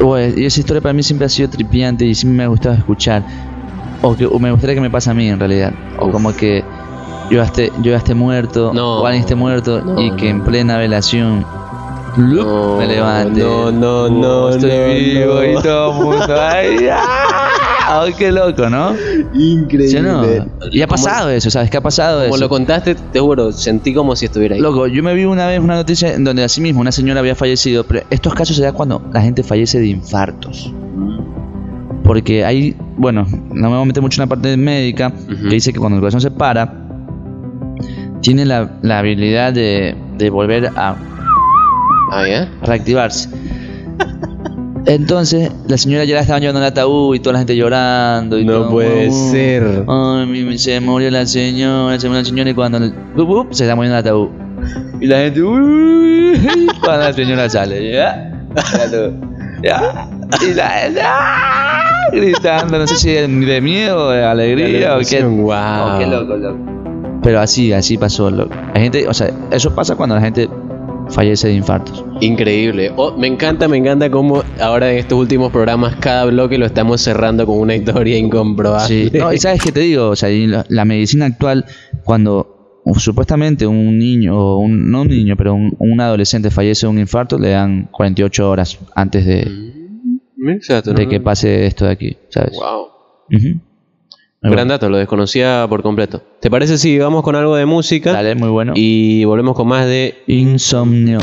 Bueno, y esa historia para mí siempre ha sido tripiante y siempre me ha gustado escuchar. O, que, o me gustaría que me pase a mí en realidad. O Uf. como que yo ya esté, yo ya esté muerto, No. o alguien esté muerto No, y que no. en plena velación ¡lup! No, me levante. no, no, Uh, no, Estoy no, vivo no. y todo el mundo. ¡Ay, ah! ¡Ay, qué loco, ¿no? Increíble. ¿Sí o no? Y ha Como- pasado eso, ¿sabes? ¿Qué ha pasado Como eso? lo contaste, te juro, sentí como si estuviera ahí. Loco, yo me vi una vez una noticia en donde así mismo una señora había fallecido, pero estos casos se da cuando la gente fallece de infartos. Porque hay, bueno, no me voy a meter mucho en la parte médica, Ujú. que dice que cuando el corazón se para, tiene la, la habilidad de, de volver a Ah, ¿ya? reactivarse. Entonces, la señora ya la estaban llevando al ataúd y toda la gente llorando. Y No todo, puede ser. Ay, mi- se murió la señora, se murió la señora y cuando el- up, up, se está muriendo el ataúd. Y la gente, "Uy", cuando la señora sale, ya, ya tú, ya. Y la gente, "Ah", gritando, no sé si de, de miedo, de alegría o qué. Wow. Oh, qué loco, loco. Pero así, así pasó. Loco. La gente, o sea, eso pasa cuando la gente fallece de infartos. Increíble. Oh, me encanta, me encanta cómo ahora en estos últimos programas cada bloque lo estamos cerrando con una historia incomprobable. Sí. No, y sabes qué te digo, o sea, y la, la medicina actual, cuando u- supuestamente un niño, o un, no un niño, pero un, un adolescente fallece de un infarto, le dan 48 horas antes de, Exacto. de que pase esto de aquí, ¿sabes? Wow. Ujú. Muy Gran bueno. dato, lo desconocía por completo. ¿Te parece si vamos con algo de música? Dale, muy bueno. Y volvemos con más de Insomnio.